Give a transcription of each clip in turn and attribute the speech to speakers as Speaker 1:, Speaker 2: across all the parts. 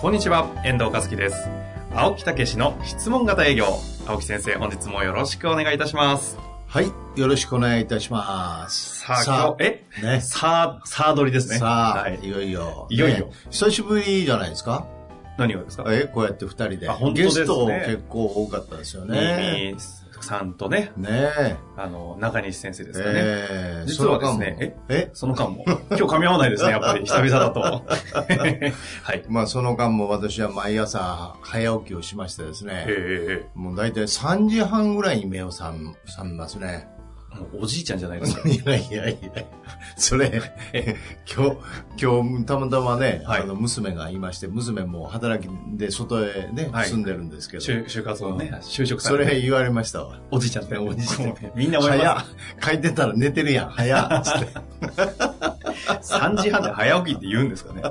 Speaker 1: こんにちは、遠藤和樹です。青木武しの質問型営業。青木先生、本日もよろしくお願いいたします。
Speaker 2: はい。よろしくお願いいたします。
Speaker 1: さあ、今日、え
Speaker 2: ね。
Speaker 1: さあ、さあ撮りですね。
Speaker 2: さあ、、
Speaker 1: はいい。
Speaker 2: よいよ。
Speaker 1: いよいよ
Speaker 2: ね久しぶりじゃないですか
Speaker 1: 何がですか
Speaker 2: え、こうやって二人で。
Speaker 1: あ本当ですね
Speaker 2: ゲスト結構多かったですよね。
Speaker 1: ミミさんとね、
Speaker 2: ねえ。
Speaker 1: あの、中西先生ですかね。
Speaker 2: ええ
Speaker 1: 実はですね
Speaker 2: その間もえ
Speaker 1: その間も、今日噛み合わないです ね、やっぱり、久々だと。はい。
Speaker 2: まあその間も私は毎朝早起きをしましてです
Speaker 1: え
Speaker 2: ね。
Speaker 1: え
Speaker 2: もう大体3時半ぐらいに目を覚ん覚めますね。
Speaker 1: もうおじいちゃんじゃないですか。
Speaker 2: いやいやいやそれ、今日、今日、たまたまね、
Speaker 1: はい
Speaker 2: あの、娘がいまして、娘も働きで外へね、
Speaker 1: はい
Speaker 2: 住んでるんですけど、
Speaker 1: 就就活をね、就職さ
Speaker 2: そ
Speaker 1: れて
Speaker 2: れ言われましたわ。
Speaker 1: おじいちゃんって、
Speaker 2: おじいちゃんって
Speaker 1: みんな思い
Speaker 2: 早
Speaker 1: ま
Speaker 2: っ書いてたら寝てるやん、早 っつって。だか
Speaker 1: す。3時半で早起きって言うんですかね。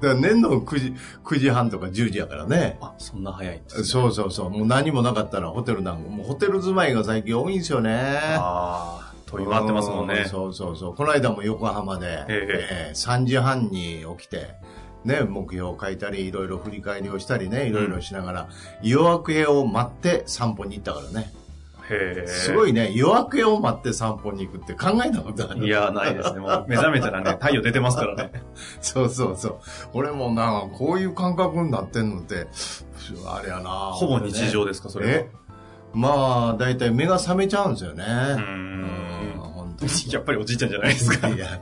Speaker 2: ら寝んの9時、9時半とか10時やからね。
Speaker 1: あ、そんな早いんですね
Speaker 2: そうそうそう。もう何もなかったらホテルなんか、もうホテル住まいが最近多いんですよね。
Speaker 1: ああ、飛び回ってますもんね
Speaker 2: う。そうそうそう。この間も横浜で、
Speaker 1: え
Speaker 2: ええ3時半に起きて、ね、目標を書いたり、いろいろ振り返りをしたりね、いろいろしながら、夜明けを待って散歩に行ったからね。
Speaker 1: へえ。
Speaker 2: すごいね、夜明けを待って散歩に行くって考えたことある。
Speaker 1: いや、ないですね。もう目覚めたらね、太陽出てますからね。
Speaker 2: そうそうそう。俺もな、こういう感覚になってんのって、あれやな。
Speaker 1: ほぼ日常ですか、そ
Speaker 2: 俺
Speaker 1: れ
Speaker 2: ね。
Speaker 1: は。
Speaker 2: えまあ、だいたい目が覚めちゃうんですよね。
Speaker 1: うー
Speaker 2: うん
Speaker 1: ん。
Speaker 2: 本当に。
Speaker 1: やっぱりおじいちゃんじゃないですか。
Speaker 2: いや、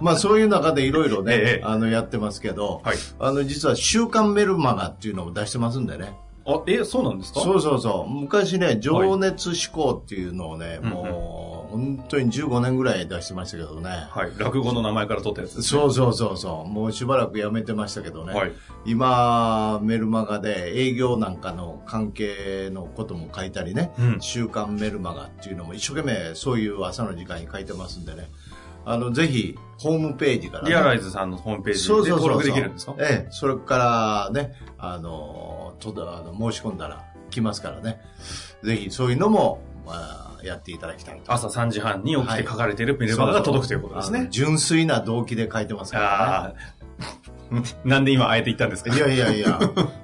Speaker 2: まあそういう中でいろいろね、
Speaker 1: ええ
Speaker 2: あのやってますけど、
Speaker 1: はい。
Speaker 2: あの実は週刊メルマガっていうのも出してますんでね。
Speaker 1: あ、え、そうなんですか
Speaker 2: そうそうそう。昔ね、情熱思考っていうのをね、
Speaker 1: うんうん
Speaker 2: もう本当に15年ぐらい出してましたけどね。
Speaker 1: はい。落語の名前から取ったやつです。
Speaker 2: そうそうそうそう。もうしばらくやめてましたけどね。
Speaker 1: はい。
Speaker 2: 今、メルマガで営業なんかの関係のことも書いたりね、
Speaker 1: うん
Speaker 2: 週刊メルマガっていうのも一生懸命そういう朝の時間に書いてますんでね、あの、ぜひ、ホームページから、ね。
Speaker 1: リアライズさんのホームページ
Speaker 2: そう
Speaker 1: で
Speaker 2: そうそう
Speaker 1: 登
Speaker 2: そう
Speaker 1: 録できるんですか
Speaker 2: ええ、それからね、あの、ちょっとあの申し込んだら来ますからね、ぜひそういうのも、まあ、やっていただきたいと。
Speaker 1: 朝3時半に起きて書かれているメルマガが届くということです
Speaker 2: あ
Speaker 1: ね
Speaker 2: の。純粋な動機で書いてますからね。
Speaker 1: ああ。 なんで今あえて言ったんですか
Speaker 2: いやいや いや、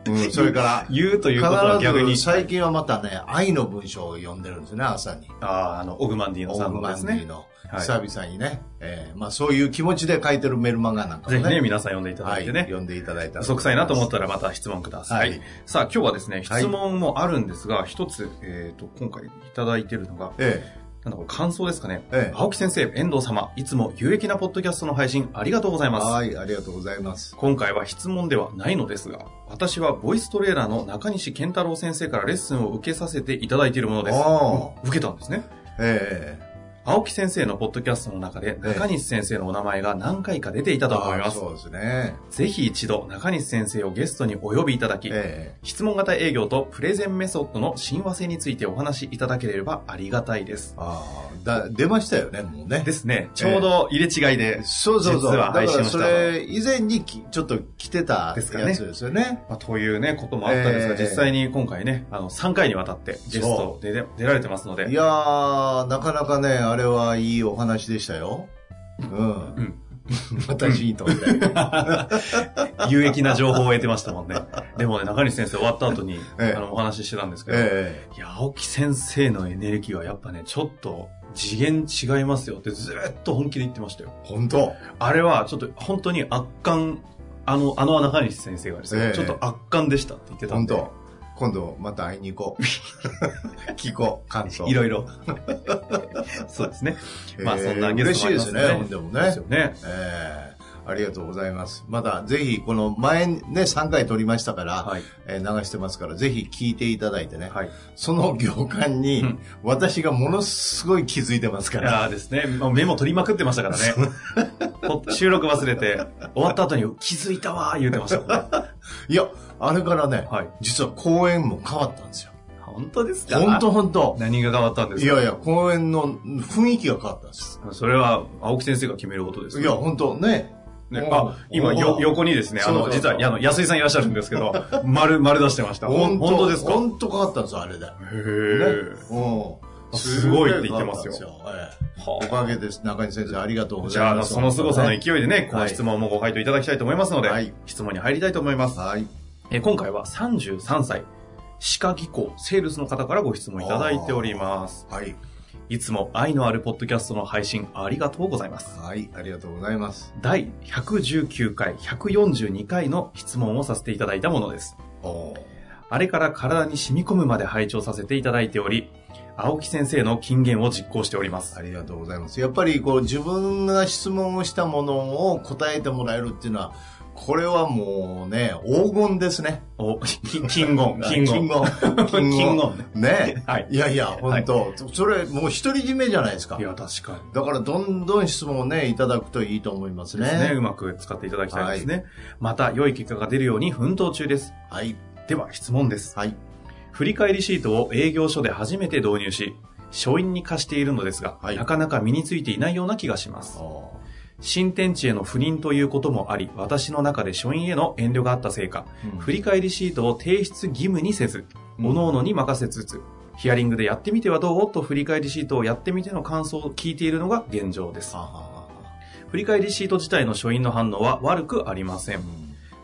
Speaker 2: うん、それから、
Speaker 1: 言うということは逆に
Speaker 2: 必ず。最近はまたね、愛の文章を読んでるんですね、朝に。
Speaker 1: ああ、あの、オグマンディの
Speaker 2: オ
Speaker 1: さん
Speaker 2: ー
Speaker 1: の
Speaker 2: グマ
Speaker 1: で
Speaker 2: ン
Speaker 1: す
Speaker 2: デ
Speaker 1: ね
Speaker 2: ィ。の
Speaker 1: はい
Speaker 2: 久々にね、えーまあそういう気持ちで書いてるメルマガなんかも
Speaker 1: ぜ
Speaker 2: ね。
Speaker 1: ひね、皆さん読んでいただ
Speaker 2: はいい、
Speaker 1: てね。
Speaker 2: 読んでいただいたら。
Speaker 1: 嘘くさいなと思ったらまた質問ください。
Speaker 2: はい
Speaker 1: さあ今日はですね、質問もあるんですが、一、つ、えっ、と、今回いただいているのが、
Speaker 2: え
Speaker 1: なんだこれ感想ですかね。
Speaker 2: えええ
Speaker 1: 青木先生、遠藤様、いつも有益なポッドキャストの配信ありがとうございます。
Speaker 2: はい、ありがとうございます。
Speaker 1: 今回は質問ではないのですが、私はボイストレーラーの中西健太郎先生からレッスンを受けさせていただいているものです。
Speaker 2: あ
Speaker 1: うん受けたんですね。
Speaker 2: ええ
Speaker 1: 青木先生のポッドキャストの中で、
Speaker 2: え
Speaker 1: 中西先生のお名前が何回か出ていたと思います。
Speaker 2: そうですね。
Speaker 1: ぜひ一度中西先生をゲストにお呼びいただき、
Speaker 2: え
Speaker 1: 質問型営業とプレゼンメソッドの親和性についてお話しいただければありがたいです
Speaker 2: え。ああ、だ、出ましたよね、もうね。
Speaker 1: ですね。ちょうど入れ違いで、
Speaker 2: そうそうそう。
Speaker 1: 実は
Speaker 2: だか
Speaker 1: 配信を
Speaker 2: ら
Speaker 1: した
Speaker 2: そ
Speaker 1: の
Speaker 2: れ以前にきちょっと来てた
Speaker 1: ですかね
Speaker 2: やつですよね。
Speaker 1: まあ、というね、こともあったんですが、
Speaker 2: ええ
Speaker 1: 実際に今回ね、あの、3回にわたってゲストで出出られてますの
Speaker 2: い
Speaker 1: で、
Speaker 2: やー、なかなかね、あれはいいお話でしたよ。うん。
Speaker 1: うん
Speaker 2: 私にとって。
Speaker 1: 有益な情報を得てましたもん ね。でもね、中西先生終わった後に、
Speaker 2: ええ
Speaker 1: あの、お話ししてたんですけど、
Speaker 2: え
Speaker 1: いや、青木先生のエネルギーはやっぱね、ちょっと次元違いますよってずーっと本気で言ってましたよ
Speaker 2: え。本当
Speaker 1: あれはちょっと本当に圧巻、あの、あの中西先生がですね、
Speaker 2: ええ
Speaker 1: ちょっと圧巻でしたって言ってたん
Speaker 2: 本
Speaker 1: で、
Speaker 2: 当今度また会いに行こう。 聞こう、感想。
Speaker 1: いろいろ。 そうですね。まあ
Speaker 2: え
Speaker 1: そ
Speaker 2: え
Speaker 1: んなゲストもあり
Speaker 2: 嬉
Speaker 1: ま
Speaker 2: しい
Speaker 1: す
Speaker 2: です
Speaker 1: ね
Speaker 2: ね、ほんでも
Speaker 1: で
Speaker 2: ね
Speaker 1: す。よね。
Speaker 2: ええありがとうございます。まだぜひ、この前ね、3回撮りましたから、
Speaker 1: はい。
Speaker 2: えー流してますから、ぜひ聞いていただいてね、
Speaker 1: はい。
Speaker 2: その行間に、
Speaker 1: うん
Speaker 2: 私がものすごい気づいてますか
Speaker 1: い
Speaker 2: ら、
Speaker 1: やーですね、もうメモ取りまくってましたからね。ほ収録忘れて、終わった後に気づいたわー言うてましたもんね。
Speaker 2: いや、あれからね、
Speaker 1: はい
Speaker 2: 実は公演も変わったんですよ。
Speaker 1: 本当ですか
Speaker 2: ほんとほんと。
Speaker 1: 何が変わったんです
Speaker 2: い
Speaker 1: か
Speaker 2: やいや、公演の雰囲気が変わったんです。
Speaker 1: それは青木先生が決めることです
Speaker 2: い
Speaker 1: か
Speaker 2: や、
Speaker 1: ら。
Speaker 2: ほんとね。
Speaker 1: ね、
Speaker 2: お
Speaker 1: あ、今よ、
Speaker 2: お
Speaker 1: 横にですね、あ
Speaker 2: そ
Speaker 1: の、
Speaker 2: うそう
Speaker 1: 実は、あの、安井さんいらっしゃるんですけど、丸、丸出してました。ほん本当ですか
Speaker 2: ほんと変わったんですよ、あれで。
Speaker 1: へ
Speaker 2: ね
Speaker 1: ー。
Speaker 2: うん
Speaker 1: すごいって言ってますよ
Speaker 2: すごい変わったんですよええ
Speaker 1: はあ
Speaker 2: おかげです。中西先生、ありがとうご
Speaker 1: じ
Speaker 2: ざ
Speaker 1: ゃ
Speaker 2: い
Speaker 1: あ、
Speaker 2: ます。
Speaker 1: その凄さの勢いでね、こ
Speaker 2: は
Speaker 1: の
Speaker 2: い
Speaker 1: 質問もご回答いただきたいと思いますので、
Speaker 2: はい
Speaker 1: 質問に入りたいと思います。
Speaker 2: はい。
Speaker 1: えー今回は33歳、歯科技工、セールスの方からご質問いただいております。
Speaker 2: はい。
Speaker 1: いつも愛のあるポッドキャストの配信ありがとうございます。
Speaker 2: はい。ありがとうございます。
Speaker 1: 第119回、142回の質問をさせていただいたものです。
Speaker 2: おー
Speaker 1: あれから体に染み込むまで拝聴させていただいており、青木先生の金言を実行しております
Speaker 2: あ。りがとうございます。やっぱりこう自分が質問をしたものを答えてもらえるっていうのは、これはもうね、黄金ですね。
Speaker 1: お、金金言、 金言。
Speaker 2: 金言。
Speaker 1: 金言。
Speaker 2: ね。
Speaker 1: はい。
Speaker 2: いやいや、本当、それもう独り占めじゃないですか
Speaker 1: い。や、確かに。
Speaker 2: だからどんどん質問をね、いただくといいと思いますね。
Speaker 1: ですね。うまく使っていただきたいですね。また、良い結果が出るように奮闘中です。
Speaker 2: はい。
Speaker 1: では、質問です。
Speaker 2: はい。
Speaker 1: 振り返りシートを営業所で初めて導入し、書院に貸しているのですが、
Speaker 2: はい
Speaker 1: なかなか身についていないような気がします。
Speaker 2: お
Speaker 1: 新天地への不倫ということもあり、私の中で書院への遠慮があったせいか、
Speaker 2: ー
Speaker 1: 振り返りシートを提出義務にせず、
Speaker 2: うん
Speaker 1: 各々に任せつつ、ヒアリングでやってみてはどうと振り返りシートをやってみての感想を聞いているのが現状です
Speaker 2: は。はは
Speaker 1: 振り返りシート自体の書院の反応は悪くありません。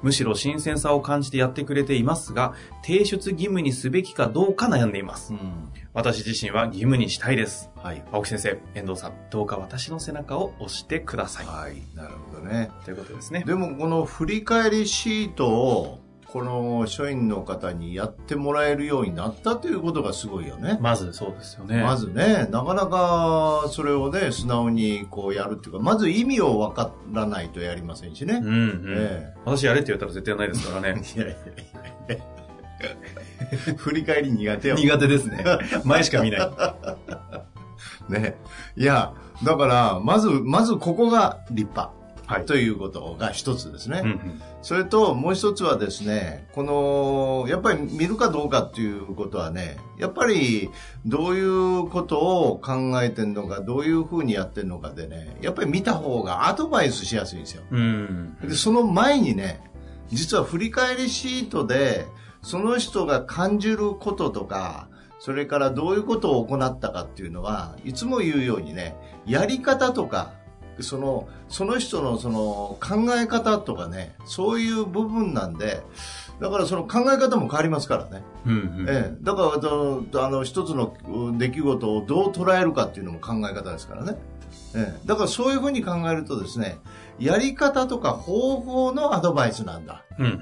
Speaker 1: むしろ新鮮さを感じてやってくれていますが、提出義務にすべきかどうか悩んでいます
Speaker 2: う。ん。
Speaker 1: 私自身は義務にしたいです。
Speaker 2: はい。
Speaker 1: 青木先生、遠藤さん、どうか私の背中を押してください。
Speaker 2: はい。なるほどね。
Speaker 1: ということですね。
Speaker 2: でもこの振り返りシートをこの署員の方にやってもらえるようになったということがすごいよね。
Speaker 1: まずそうですよね。
Speaker 2: まずね、なかなかそれをね、素直にこうやるっていうか、まず意味をわからないとやりませんしね
Speaker 1: うん。うん。
Speaker 2: え
Speaker 1: 私やれって言ったら絶対ないですからね。
Speaker 2: えいやいやいや振り返り苦手よ。
Speaker 1: 苦手ですね。 前しか見ない。
Speaker 2: ね。いや、だから、まず、まずここが立派
Speaker 1: はい。
Speaker 2: ということが一つですね。
Speaker 1: うんうん
Speaker 2: それともう一つはですね、この、やっぱり見るかどうかっていうことはね、やっぱりどういうことを考えてるのか、どういうふうにやってるのかでね、やっぱり見た方がアドバイスしやすいんですよ。
Speaker 1: うん。
Speaker 2: で、その前にね、実は振り返りシートで、その人が感じることとか、それからどういうことを行ったかっていうのは、いつも言うようにね、やり方とか、その、その人のその考え方とかね、そういう部分なんで、だからその考え方も変わりますからね。
Speaker 1: うんうん。
Speaker 2: ええ、だからあのあの一つのうん出来事をどう捉えるかっていうのも考え方ですからね、ええ、だからそういうふうに考えるとですねやり方とか方法のアドバイスなんだ
Speaker 1: うんうん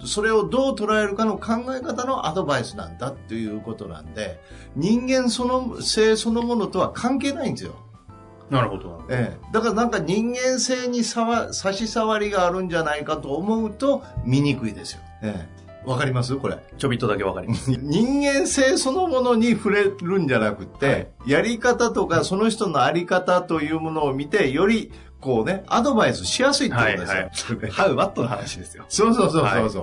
Speaker 1: うん。
Speaker 2: それをどう捉えるかの考え方のアドバイスなんだっていうことなんで人間その性そのものとは関係ないんですよ
Speaker 1: なるほど。
Speaker 2: ええ、だからなんか人間性にさわ差し障りがあるんじゃないかと思うと見にくいですよ。ええ、わかりますこれ。
Speaker 1: ちょびっとだけわかります。
Speaker 2: 人間性そのものに触れるんじゃなくて、やり方とかその人のあり方というものを見て、よりこうね、アドバイスしやすいってこと
Speaker 1: は
Speaker 2: で
Speaker 1: い
Speaker 2: すよ。
Speaker 1: はい。ハ ウワットの話ですよ。
Speaker 2: そうそうそうそうそ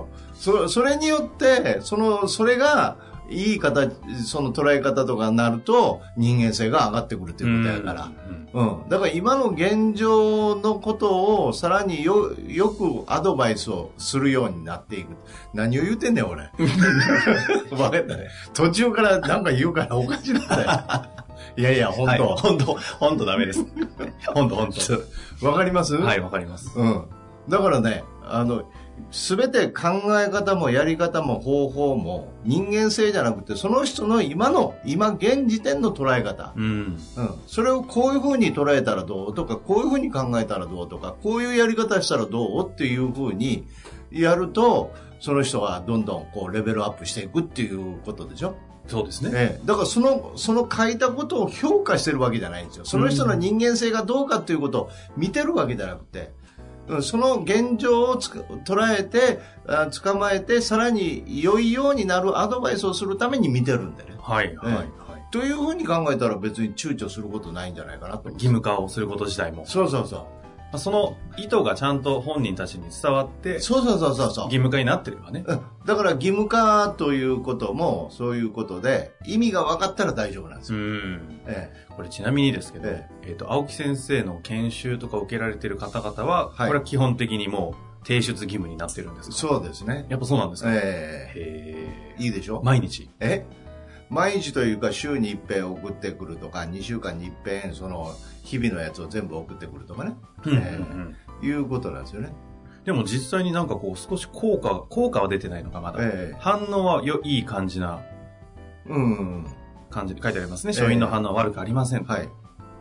Speaker 2: う、そ。それによって、その、それが、いい形、その捉え方とかになると、人間性が上がってくるということやから。
Speaker 1: うん
Speaker 2: うん、だから今の現状のことをさらによよくアドバイスをするようになっていく何を言うてんねん 俺わかったね途中からなんか言うからおかしなった よいやいや本
Speaker 1: はい
Speaker 2: 当、
Speaker 1: 本当、本当ダ メです。本当、本当。
Speaker 2: わかります、
Speaker 1: はい、わかります。
Speaker 2: うん、だからねあの全て考え方もやり方も方法も人間性じゃなくてその人の今の今現時点の捉え方
Speaker 1: うん。
Speaker 2: うん、それをこういうふうに捉えたらどうとかこういうふうに考えたらどうとかこういうやり方したらどうっていうふうにやるとその人がどんどんこうレベルアップしていくっていうことでしょ、
Speaker 1: そうですね。
Speaker 2: ええ、だからそのその書いたことを評価してるわけじゃないんですよその人の人間性がどうかっていうことを見てるわけじゃなくてうんその現状をつか捉えてあ捕まえてさらに良いようになるアドバイスをするために見てるんでね
Speaker 1: はい、はい、はい。
Speaker 2: というふうに考えたら別に躊躇することないんじゃないかなと思う
Speaker 1: 義務化をすること自体も。
Speaker 2: そうそうそう。
Speaker 1: あその意図がちゃんと本人たちに伝わって、義
Speaker 2: そうそうそうそうそう。
Speaker 1: 務化になってればね。
Speaker 2: うんだから義務化ということもそういうことで意味が分かったら大丈夫なんです
Speaker 1: う
Speaker 2: よ。
Speaker 1: ん。
Speaker 2: え
Speaker 1: これちなみにですけど、
Speaker 2: え
Speaker 1: えっ、と、青木先生の研修とか受けられてる方々は、
Speaker 2: はい
Speaker 1: これは基本的にもう提出義務になってるんです
Speaker 2: え、
Speaker 1: か
Speaker 2: そうですね。
Speaker 1: やっぱそうなんですか、
Speaker 2: え
Speaker 1: へ
Speaker 2: えいいでしょ
Speaker 1: ー、毎日。
Speaker 2: え毎日というか週に一遍送ってくるとか2週間に一遍その日々のやつを全部送ってくるとかね
Speaker 1: うんうんうん
Speaker 2: いうことなんですよね。
Speaker 1: でも実際になんかこう少し効果、効果は出てないのかまだ。
Speaker 2: ええ
Speaker 1: 反応はよいい感じな
Speaker 2: うん
Speaker 1: 感じで書いてありますね。
Speaker 2: ええ
Speaker 1: 書院の反応は悪くありませんと、
Speaker 2: はい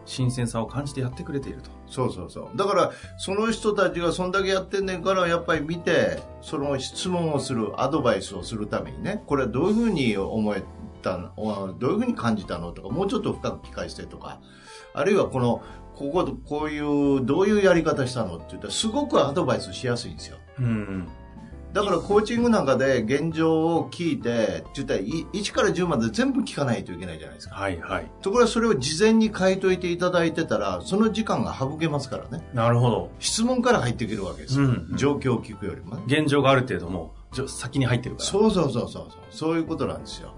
Speaker 1: 新鮮さを感じてやってくれていると。
Speaker 2: そうそうそうだからその人たちがそんだけやってんねんからやっぱり見てその質問をするアドバイスをするためにねこれはどういうふうに思えたのおどういうふうに感じたのとかもうちょっと深く聞かせてとかあるいはこのこここういうどういうやり方したのって言ったらすごくアドバイスしやすいんですよ。
Speaker 1: うん。
Speaker 2: だからコーチングなんかで現状を聞いてって言ったらい1から10まで全部聞かないといけないじゃないですか
Speaker 1: はいはい。
Speaker 2: ところがそれを事前に書いといていただいてたらその時間が省けますからね
Speaker 1: なるほど。
Speaker 2: 質問から入っていけるわけですよ、
Speaker 1: うんうん
Speaker 2: 状況を聞くよりもね
Speaker 1: 現状がある程度もうじょ先に入ってるから。
Speaker 2: そうそうそうそうそうそういうことなんですよ、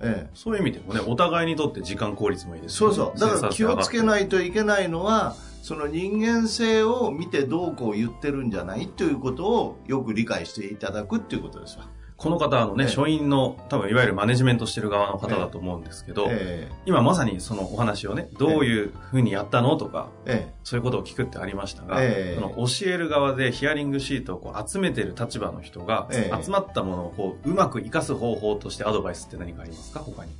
Speaker 1: ああ
Speaker 2: ええ、
Speaker 1: そういう意味でもね、お互いにとって時間効率もいいです、ね、
Speaker 2: そうそうだから気をつけ
Speaker 1: い。
Speaker 2: ないといけないのはその人間性を見てどうこう言ってるんじゃないということをよく理解していただくっていうことですわ、
Speaker 1: この方、あのね、
Speaker 2: ええ
Speaker 1: 書院の、多分いわゆるマネジメントしてる側の方だと思うんですけど、
Speaker 2: え
Speaker 1: 今まさにそのお話をね、どういうふうにやったのとか、
Speaker 2: ええ
Speaker 1: そういうことを聞くってありましたが、
Speaker 2: ええ
Speaker 1: その教える側でヒアリングシートをこう集めてる立場の人が、
Speaker 2: ええ
Speaker 1: 集まったものをこううまく活かす方法としてアドバイスって何かありますか他に。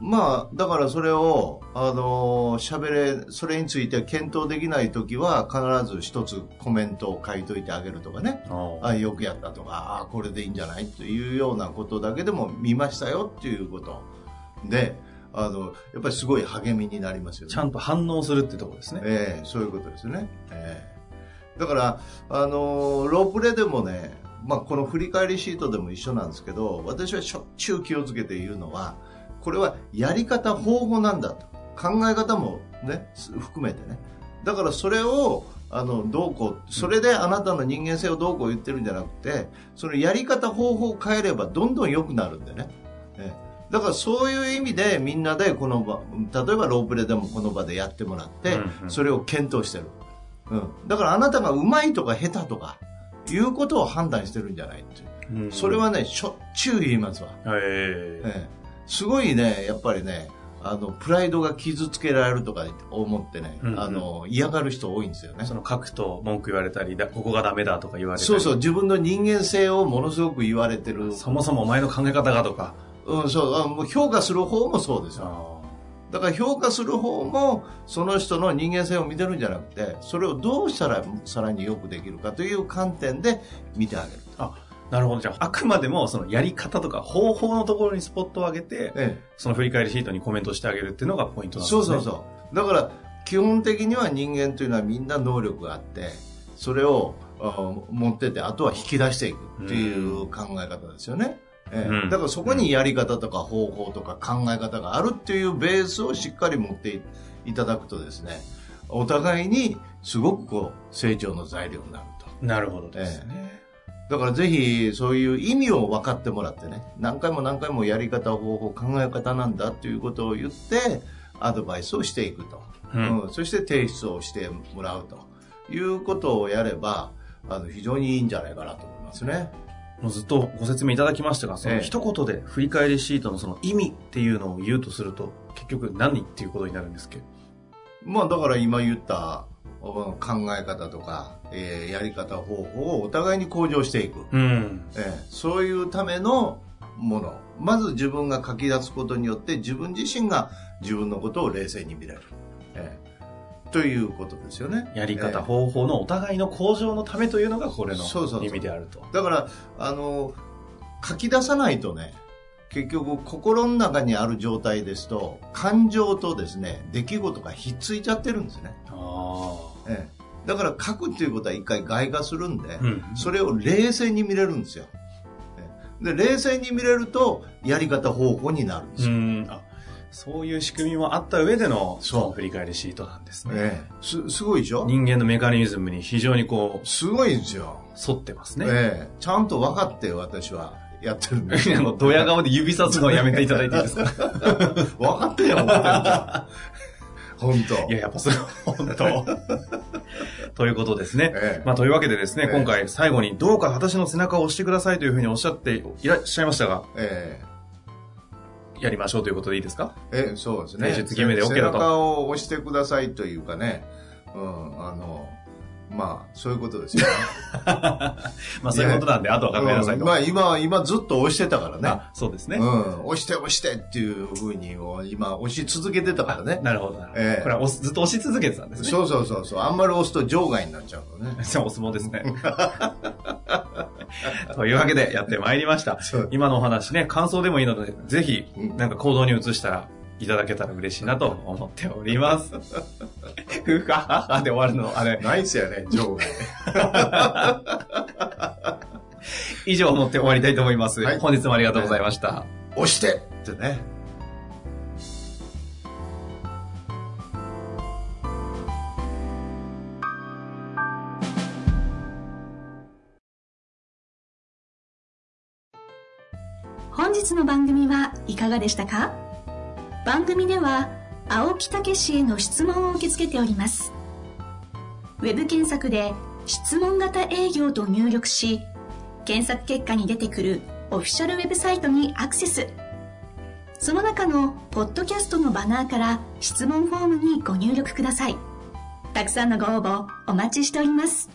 Speaker 2: まあだからそれをあの喋れそれについて検討できない時は必ず一つコメントを書いといてあげるとかねあよくやったとかあこれでいいんじゃないというようなことだけでも見ましたよっていうことであのやっぱりすごい励みになりますよね
Speaker 1: ちゃんと反応するってところですね。
Speaker 2: ええそういうことですね、ええだからあのロープレでもね、まあ、この振り返りシートでも一緒なんですけど私はしょっちゅう気をつけて言うのはこれはやり方方法なんだと考え方もねす含めてねだからそれをあのどうこうそれであなたの人間性をどうこう言ってるんじゃなくてそのやり方方法を変えればどんどん良くなるんでね、ええだからそういう意味でみんなでこの場例えばロープレでもこの場でやってもらって、
Speaker 1: うんうん
Speaker 2: それを検討してる、うん、だからあなたがうまいとか下手とかいうことを判断してるんじゃないっていう
Speaker 1: うん
Speaker 2: それ、はねしょっちゅう言いますわ、
Speaker 1: ええ
Speaker 2: ええすごいねやっぱりねあのプライドが傷つけられるとか思ってね、
Speaker 1: うんうん
Speaker 2: あの嫌がる人多いんですよね
Speaker 1: その書くと文句言われたりだここがダメだとか言われたり
Speaker 2: そうそう自分の人間性をものすごく言われてる、
Speaker 1: そもそもお前の考え方がとか
Speaker 2: うん、そうあもう評価する方もそうですよ
Speaker 1: あ
Speaker 2: だから評価する方もその人の人間性を見てるんじゃなくてそれをどうしたらさらによくできるかという観点で見てあげる、
Speaker 1: なるほどじゃああくまでもそのやり方とか方法のところにスポットを上げて
Speaker 2: え
Speaker 1: その振り返りシートにコメントしてあげるっていうのがポイント
Speaker 2: え、
Speaker 1: なんです
Speaker 2: そ
Speaker 1: ね
Speaker 2: うそうそうだから基本的には人間というのはみんな能力があってそれをあ持っててあとは引き出していくっていう考え方ですよね、ええ
Speaker 1: うん
Speaker 2: だからそこにやり方とか方法とか考え方があるっていうベースをしっかり持っていただくとですねお互いにすごくこう成長の材料になると。
Speaker 1: なるほどですね、
Speaker 2: だからぜひそういう意味を分かってもらってね何回も何回もやり方方法考え方なんだということを言ってアドバイスをしていくと、
Speaker 1: うん
Speaker 2: うんそして提出をしてもらうということをやればあの非常にいいんじゃないかなと思いますね。
Speaker 1: もうずっとご説明いただきましたがそ
Speaker 2: え
Speaker 1: の
Speaker 2: え
Speaker 1: 一言で振り返りシートのその意味っていうのを言うとすると結局何っていうことになるんですけど
Speaker 2: まあだから今言ったうん考え方とか、えーやり方方法をお互いに向上していく。
Speaker 1: うん
Speaker 2: ええそういうためのものまず自分が書き出すことによって自分自身が自分のことを冷静に見れる、ええということですよね
Speaker 1: やり方、
Speaker 2: え
Speaker 1: 方法のお互いの向上のためというのがこれの
Speaker 2: そうそうそう
Speaker 1: 意味であると
Speaker 2: えだからあの書き出さないとね結局心の中にある状態ですと感情とですね出来事がひっついちゃってるんですね、
Speaker 1: ああ
Speaker 2: ええだから書くっていうことは一回外化するんで、
Speaker 1: うん
Speaker 2: それを冷静に見れるんですよええで冷静に見れるとやり方方法になるんですよ
Speaker 1: うんあそういう仕組みもあった上での
Speaker 2: そう
Speaker 1: 振り返りシートなんですね。
Speaker 2: ええ、すすごいでしょ
Speaker 1: 人間のメカニズムに非常にこ
Speaker 2: すごいんですよ、
Speaker 1: う、沿ってますね。
Speaker 2: ええ、ちゃんと分かって私はやってるんで
Speaker 1: あの、ドヤ顔で指さすのはやめていただいていいですか
Speaker 2: 分かってんやろ思ってんだ本当
Speaker 1: いや、やっぱそれは本当。 ということですね。
Speaker 2: ええ
Speaker 1: まあ、というわけでですね、
Speaker 2: ええ
Speaker 1: 今回最後にどうか私の背中を押してくださいというふうにおっしゃっていらっしゃいましたが、
Speaker 2: え
Speaker 1: やりましょうということでいいですか
Speaker 2: えええそうですね
Speaker 1: 体重つき目で OK だと
Speaker 2: 背中を押してくださいというかねうんあのまあそういうことですよ、ね、
Speaker 1: まあ、そういうことなんで、あとは考えなさいと。
Speaker 2: うんまあ今今ずっと押してたからね
Speaker 1: あそうですね。
Speaker 2: うん、押して押してっていうふうに今押し続けてたからね
Speaker 1: なるほどなるほど。
Speaker 2: ええ
Speaker 1: これは押すずっと押し続けてたんですね。
Speaker 2: そうそうそうそうあんまり押すと場外になっちゃうからね
Speaker 1: じゃあお相撲ですね。というわけでやってまいりました
Speaker 2: そう。
Speaker 1: 今のお話ね、感想でもいいので、ぜひ
Speaker 2: う、ん
Speaker 1: なんか行動に移したら、いただけたら嬉しいなと思っております。ふかははで終わるの、あれ。
Speaker 2: ないっすよね場外
Speaker 1: 以上をもって終わりたいと思います。
Speaker 2: はい
Speaker 1: 本日もありがとうございました。
Speaker 2: 押してってね
Speaker 3: 本日の番組はいかがでしたか番組では青木武氏への質問を受け付けておりますウェブ検索で「質問型営業」と入力し検索結果に出てくるオフィシャルウェブサイトにアクセスその中のポッドキャストのバナーから質問フォームにご入力くださいたくさんのご応募お待ちしております